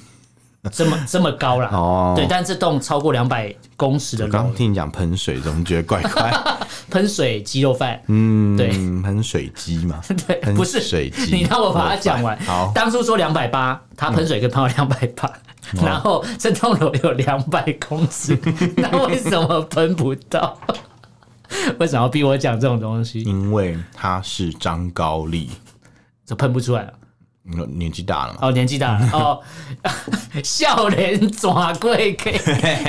B: 这么这么高啦，
A: 哦
B: 对，但这栋超过两百公尺的
A: 我刚
B: 楼
A: 刚，听你讲喷水，怎么觉得怪怪？
B: 喷水鸡肉饭，
A: 嗯，
B: 对
A: 喷水机嘛，
B: 对，
A: 喷
B: 不是
A: 水机
B: 你让我把它讲完。
A: 好
B: 当初说两百八，他喷水可以喷到两百八，
A: 嗯
B: 然后这栋楼有两百 公尺，那为什么喷不到？为什么要逼我讲这种东西？
A: 因为他是张高丽，
B: 就喷不出来了。
A: 你年纪大了嘛，
B: 哦，年纪大了哦，笑脸抓贵给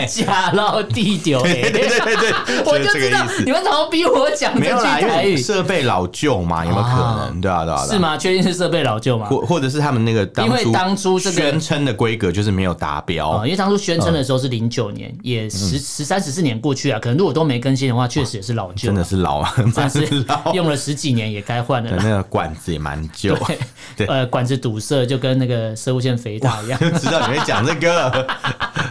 B: 假到地丢
A: 对 对对对对，
B: 我
A: 是
B: 就
A: 这个
B: 知
A: 意
B: 道
A: 思。
B: 你们怎么逼我讲这
A: 没有
B: 句
A: 啦，因
B: 台
A: 为
B: 语？
A: 设备老旧嘛，有没有可能？对啊，对啊，对啊
B: 是吗？确定是设备老旧吗？
A: 或或者是他们那个当
B: 啊因为当初这个
A: 宣称的规格就是没有达
B: 啊、
A: 标，
B: 因为当初宣
A: 哦
B: 称的时候是零九年，
A: 嗯
B: 也十十三十四年过去啊，可能如果都没更新的话，确实也是老旧
A: 真的
B: 了，
A: 是老， 蛮
B: 真 的
A: 老
B: 是， 用了十几年也该换了
A: 对
B: 啦。
A: 那个管子也蛮旧。对
B: 呃，管子堵塞就跟那个射物线肥大一样。
A: 知道你会讲这个，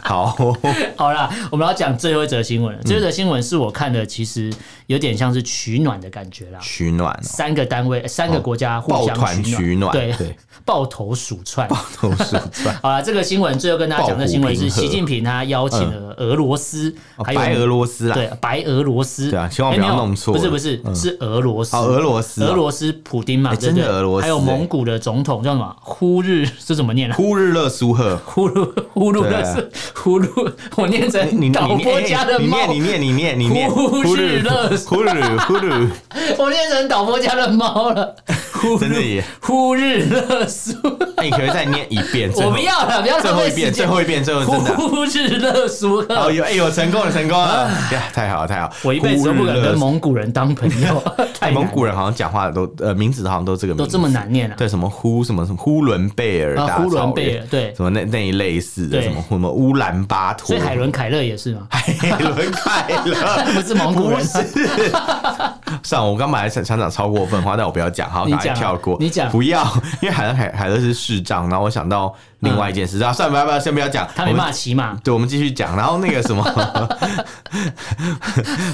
A: 好，
B: 好啦，我们要讲最后一则新闻了。最后
A: 嗯
B: 一则新闻是我看的，其实有点像是取暖的感觉啦。
A: 取暖哦，
B: 三个单位、呃三个国家互
A: 抱
B: 相
A: 团取暖，
B: 对，
A: 对，
B: 抱头鼠窜。
A: 都是暖。
B: 好了，这个新闻最后跟大家讲的新闻是
A: 抱虎平和嗯
B: 习近平他邀请了俄罗斯，还有
A: 哦白俄罗斯啦，
B: 对，白俄罗斯，
A: 对啊希望不要
B: 诶没有
A: 弄错
B: 不是不是，是俄罗斯，
A: 哦俄罗斯哦
B: 俄罗斯普丁嘛，
A: 诶
B: 对不对
A: 真的俄罗斯哎
B: 还有
A: 诶
B: 蒙古的总统叫什么？呼日是怎么念啊？
A: 呼日勒苏赫，
B: 呼噜呼噜
A: 对啊
B: 的是 呼噜，我念
A: 哎你
B: 成
A: 你
B: 导
A: 你
B: 播家的
A: 哎你
B: 猫
A: 念，你念你念你念，
B: 呼日勒
A: 呼日呼日，
B: 我念成导播家的猫了。呼
A: 真的
B: 噜
A: 耶
B: 呼日勒苏，
A: 哎，你可不可以再念一遍？最
B: 我
A: 后
B: 不要了，不要
A: 最
B: 浪
A: 后
B: 费
A: 一
B: 时
A: 遍，最
B: 间。
A: 后一遍，最后真的。
B: 呼日勒苏赫，
A: 哦，有哎，有成功了，成功 了！呀，太好了，太好了！
B: 我一辈子都不敢
A: 呼日勒
B: 跟
A: 苏
B: 蒙古人当朋友，太
A: 哎，
B: 难
A: 蒙 古人好像讲话都呃名字好像都这个
B: 都
A: 名字
B: 这么难念了。
A: 对什么呼什么什么呼伦贝尔
B: 啊，
A: 大
B: 呼伦
A: 草
B: 贝
A: 原
B: 尔，对，
A: 什么那那一类似的
B: 对
A: 什么什么乌兰巴托，
B: 所以海伦凯勒也是嘛。
A: 海伦凯勒
B: 不是蒙古
A: 不
B: 人，
A: 是。算了，我刚本来想想讲超过分话，但我不要讲，好，
B: 你
A: 赶快
B: 讲啊
A: 跳过。
B: 你讲
A: 不要，因为海伦凯海勒是视障，然后我想到另外一件事，啊，算了，不要不要，先不要讲，
B: 嗯他没
A: 我们
B: 办法骑马。
A: 对，我们继续讲。然后那个什么，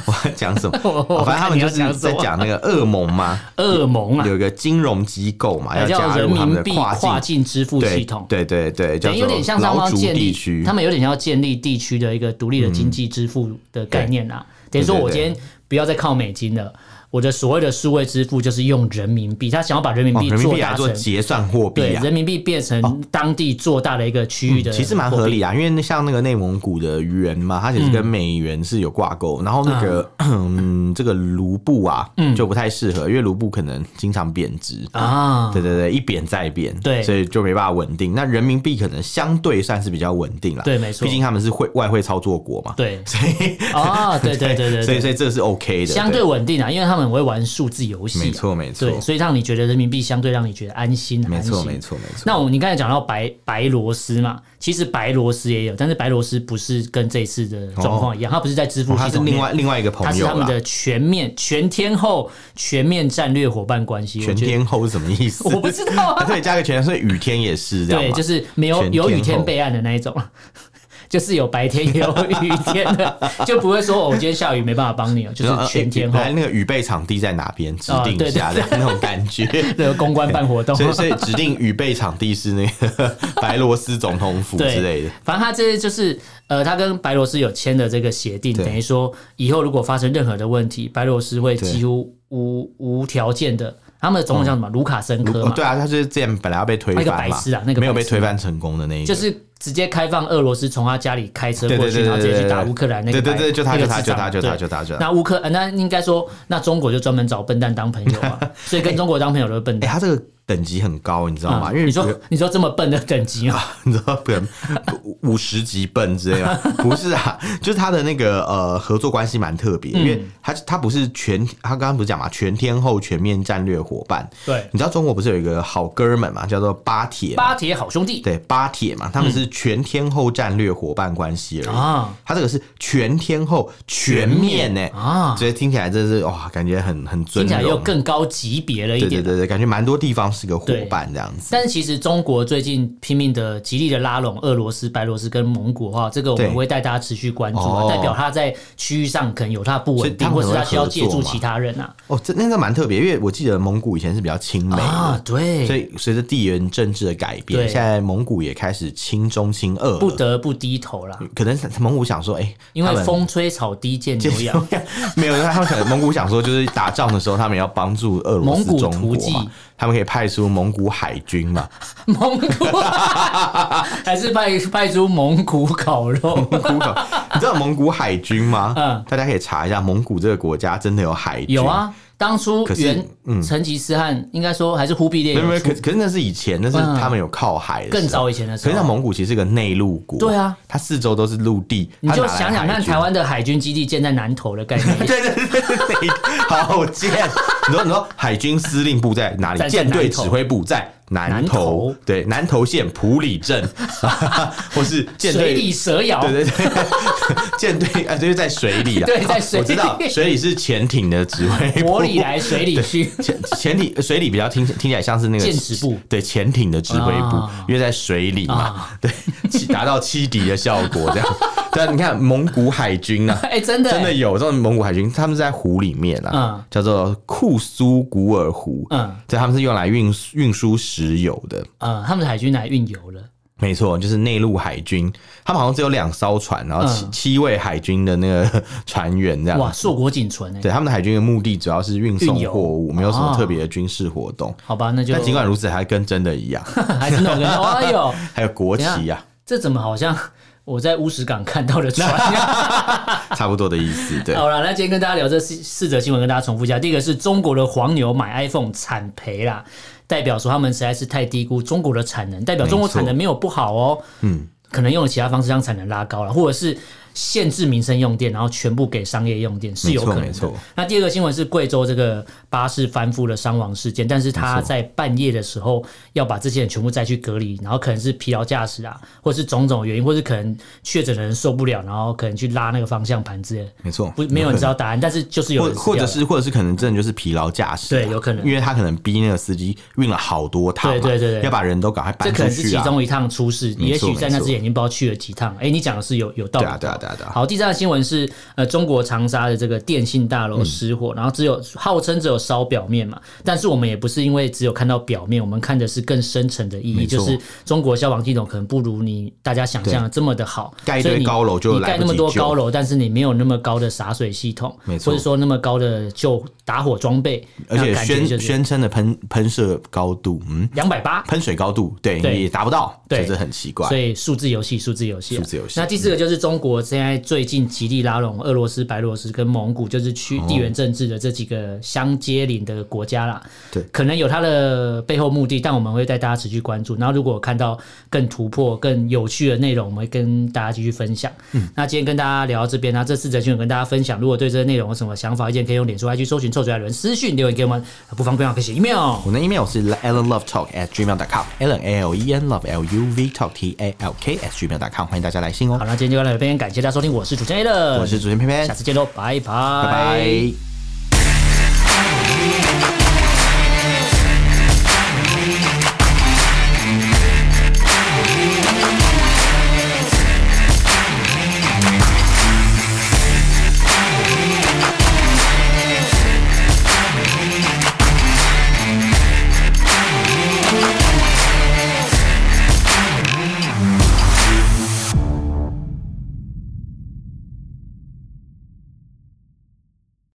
A: 我要讲什么？
B: 我 我
A: 哦反正他
B: 看
A: 们
B: 你要
A: 就是
B: 讲什
A: 在
B: 么
A: 讲那个恶梦嘛，
B: 恶魔啊，
A: 有一个金融机构嘛，要
B: 哎叫
A: 加
B: 人
A: 入他们
B: 民
A: 的
B: 币
A: 跨境
B: 跨境支付
A: 对
B: 系统，
A: 对对对，叫
B: 等于有点
A: 做
B: 像是他们
A: 劳
B: 要
A: 竹
B: 建
A: 地
B: 立
A: 区，，
B: 他们有点像要建立地区的一个独立的经济支付的概念啊。等于说，
A: 嗯对对
B: 我今天不要再靠美金了。我的所谓的数位支付就是用人民币，他想要把人民
A: 哦，
B: 币
A: 人民
B: 做
A: 币来
B: 大
A: 做
B: 成，
A: 结算货
B: 对，
A: 币啊，
B: 人民币变成当地做大的一个区域的、
A: 其实蛮合。理啊，因为那像那个内蒙古的元
B: 嗯
A: 嘛，它其实跟美元是有挂钩，然后那个、 嗯、这个卢布啊，就不太适合，因为卢布可能经常贬值。
B: 嗯啊，
A: 对对对，一贬再贬，
B: 对
A: 所以就没办法稳定。那人民币可能相对算是比较稳定了，
B: 对没错
A: 毕竟他们是汇外汇操作国嘛，
B: 对，
A: 所以
B: 啊，对对对对
A: 所以
B: 对，
A: 所以这个是 OK 的，
B: 相对稳定啊，因为他们很会玩数字游戏啊、
A: 没错没错
B: 对，所以让你觉得人民币相对让你觉得安心，
A: 没
B: 安
A: 错
B: 心
A: 没错没错。
B: 那我们你刚才讲到白白螺丝嘛，其实白螺丝也有，但是白螺丝不是跟这一次的状况一样，它不是在支付
A: 哦他
B: 系
A: 是
B: 统里
A: 另
B: 面，
A: 外另外一个
B: 它
A: 朋
B: 是
A: 友
B: 他们
A: 啦，
B: 的全面全天候全面战略伙伴关系。我
A: 全
B: 觉得
A: 天候是什么意思？
B: 我不知道
A: 啊，
B: 啊，
A: 所以加个全，所以雨天也是这样
B: 对，
A: 嘛
B: 就是没有
A: 全天
B: 有
A: 候
B: 雨天备案的那一种。 就是有白天也有雨天的， 就不会说哦我今天下雨没办法帮你哦，就
A: 然后
B: 是全天候
A: 呃本来那个雨备场地在哪边，指定一下
B: 哦
A: 的那种感觉。
B: 的公关办活动。
A: 所以，所以指定雨备场地是那个白罗斯总统府
B: 对
A: 之类的。
B: 反正他这就是呃，他跟白罗斯有签的这个协定，
A: 对
B: 等于说以后如果发生任何的问题，白罗斯会
A: 对
B: 几乎无无条件的。他们的总统叫什么？卢卡申科
A: 哦
B: 嘛，
A: 对啊，他就是之前本来要被推
B: 那个
A: 翻
B: 白
A: 嘛
B: 痴啊那，个
A: 没有
B: 白
A: 被
B: 痴
A: 推翻成功的那一
B: 就
A: 个。
B: 是直接开放俄罗斯从他家里开车
A: 对
B: 过
A: 对
B: 去，
A: 对
B: 然后
A: 对
B: 直接去
A: 对
B: 打
A: 对
B: 乌克兰那个
A: 对对对，
B: 白
A: 就他
B: 那
A: 就
B: 个
A: 他
B: 智
A: 就
B: 障
A: 他就
B: 对
A: 他就他就他。
B: 那乌克呃那应该说，那中国就专门找笨蛋当朋友 啊，所以跟中国当朋友都是笨
A: 哎，
B: 蛋。
A: 他这个等级很高，你知道吗？
B: 嗯
A: 因为
B: 你说
A: 比如
B: 你说这么笨的等级啊，
A: 你知道不能五十级笨之类的，不是啊，就是他的那个呃合作关系蛮特别，因
B: 嗯
A: 为他他不是全他刚刚不是讲嘛，全天候全面战略伙伴，
B: 对，
A: 你知道中国不是有一个好哥们嘛，叫做巴铁嘛，
B: 巴铁好兄弟
A: 对巴铁嘛，他们是全天候战略伙伴关系而已。
B: 嗯啊
A: 他这个是全天候全面呢、
B: 啊，
A: 所以听起来真是哇，感觉很很尊
B: 听起来又
A: 荣。
B: 更高级别了一
A: 对
B: 点
A: 对。对对，感觉蛮多地方是个伙伴这样子。
B: 但是其实中国最近拼命的、极力的拉拢俄罗斯、白罗斯跟蒙古的话，这个我们
A: 对
B: 会带大家持续关注
A: 哦
B: 啊，代表他在区域上可能有他的不
A: 所以
B: 稳定，
A: 他
B: 或
A: 们有
B: 是
A: 在
B: 他需要借
A: 合作
B: 助
A: 嘛
B: 其他人啊。
A: 哦，这那个蛮特别，因为我记得蒙古以前是比较亲美的。
B: 啊，
A: 所
B: 对，
A: 以随着地缘政治的改变，
B: 对
A: 现在蒙古也开始亲中亲俄了。
B: 不得不低头啦，
A: 可能是蒙古想说，哎、
B: 因
A: 他
B: 为
A: 们
B: 风吹草低见牛羊。
A: 没有，他们可能蒙古想说，就是打仗的时候，他们也要帮助俄罗斯、
B: 蒙古
A: 中
B: 图
A: 国嘛
B: 记，
A: 他们可以派出蒙古海军嘛，
B: 蒙古还是派派出蒙古烤 肉，
A: 蒙古口，你知道蒙古海军吗？
B: 嗯
A: 大家可以查一下，蒙古这个国家真的有海军。
B: 有，啊。当初
A: 可是
B: 原
A: 嗯
B: 成吉思汗应该说还是忽必烈
A: 没有没
B: 有
A: 有，可
B: 出
A: 可是那是以前，那是
B: 嗯
A: 他们有靠海的时候
B: 更。早以前的时
A: 可是
B: 候
A: 像。蒙古其实是个内陆国，
B: 对啊，
A: 它四周都是陆地，
B: 你
A: 它
B: 就
A: 哪来
B: 想想
A: 海
B: 看，
A: 军
B: 台湾的海军基地建在南投的概念，
A: 对对对对对，好贱！你说你说，海军司令部在哪
B: 在
A: 里？
B: 在
A: 舰
B: 南
A: 队指
B: 投
A: 挥部在南
B: 南
A: 投
B: 投，
A: 对，南投县普里镇，或是舰
B: 水
A: 队
B: 里。蛇咬，
A: 对对对，舰队啊，就是在水里啊。
B: 对在水
A: 我知道
B: 里
A: 水里是潜艇的指挥部，
B: 火里来水里去，
A: 潜潜艇水里比较听听起来像是那个
B: 舰指部
A: 对潜艇的指挥部，
B: 啊
A: 因为在水里嘛
B: 啊，
A: 对，起达到欺敌的效果这样。但你看蒙古海军呢，
B: 哎，真的
A: 真的
B: 欸，
A: 有这种蒙古海军，他们是在湖里面啊，
B: 嗯
A: 叫做库苏古尔湖，
B: 嗯
A: 对，他们是用来运运输石油的，
B: 呃，他们的海军来运油了，
A: 没错，就是内陆海军，他们好像只有两艘船，然后七、
B: 嗯
A: 七位海军的那个 船员这样，
B: 哇，硕果仅存哎，
A: 啊对，他们的海军的目的主要是运送
B: 运油哦
A: 货物，没有什么特别的军事活动。
B: 好吧，那就
A: 但尽管如此，还跟真的一样，
B: 还是那个，哎呦，
A: 还有国
B: 等一
A: 旗啊，
B: 这怎么好像我在乌石港看到的船？啊
A: 差不多的意思， 对。
B: 好了，那今天跟大家聊这四四则新闻，跟大家重复一下。第一个是中国的黄牛买 iPhone 惨赔啦，代表说他们实在是太低估中国的产能，代表中国产能没有不好哦，嗯，可能用了其他方式将产能拉高了，或者是限制民生用电，然后全部给商业用电是有可能
A: 没
B: 的
A: 错没错。
B: 那第二个新闻是贵州这个巴士翻覆的伤亡事件，但是他在半夜的时候要把这些人全部再去隔离，然后可能是疲劳驾驶啊，或是种种原因，或是可能确诊的人受不了，然后可能去拉那个方向盘之类的。
A: 没错
B: 不没有人知道答案，但是就是有
A: 或
B: 人死
A: 或
B: 掉
A: 者
B: 了
A: 是或者是可能真的就是疲劳驾驶啊、
B: 对有可能
A: 因为他可能逼那个司机运了好多趟嘛，
B: 对对对对
A: 要把人都赶快
B: 这
A: 搬
B: 可
A: 出
B: 能是
A: 去
B: 其
A: 啊。
B: 中一趟出事，
A: 没
B: 也
A: 错
B: 许在那
A: 没错
B: 之前已经不知道去了几趟。哎，你讲的是有有道理
A: 对
B: 的
A: 啊，对啊，对啊，啊对啊
B: 好，第三个新闻是呃，中国长沙的这个电信大楼失
A: 嗯
B: 火，然后只有号称只有烧表面嘛，但是我们也不是因为只有看到表面，我们看的是更深层的意义，
A: 没错
B: 就是中国消防系统可能不如你大家想象的这么的好，
A: 盖一
B: 所以
A: 堆
B: 你
A: 高楼就
B: 你
A: 来
B: 盖
A: 不
B: 那么
A: 及
B: 多
A: 救
B: 高楼，但是你没有那么高的洒水系统，
A: 没错
B: 或者说那么高的救打火装备，
A: 而且宣
B: 宣
A: 宣称的喷喷射高度，嗯，
B: 两百八，
A: 喷水高度，对，
B: 对
A: 也达不到，
B: 对
A: 这真的很奇怪
B: 所。以数字游戏，数字游戏啊，
A: 数字游戏
B: 那第四个就是中国现在最近极力拉拢俄罗斯、白俄罗斯跟蒙古，就是区
A: 哦
B: 地缘政治的这几个相接邻的国家啦。
A: 对
B: 可能有它的背后目的，但我们会带大家持续关注。然后如果看到更突破、更有趣的内容，我们会跟大家继续分享。
A: 嗯
B: 那今天跟大家聊到这边，那这四则新闻跟大家分享。如果对这个内容有什么想法、意见，可以用脸书、IG 搜寻“臭嘴艾伦”私讯留言给我们，不妨不妨可以写 email。
A: 我的 email 是 allenlovetalk at gmail.com，allen a l e n love l u v talk t a l k at gmail.com，欢迎大家来信哦
B: 好，。那今天就到这边，感谢大家收听，我是主持人 A 乐，
A: 我是主持人偏偏，
B: 下次见喽，拜拜，拜
A: 拜拜。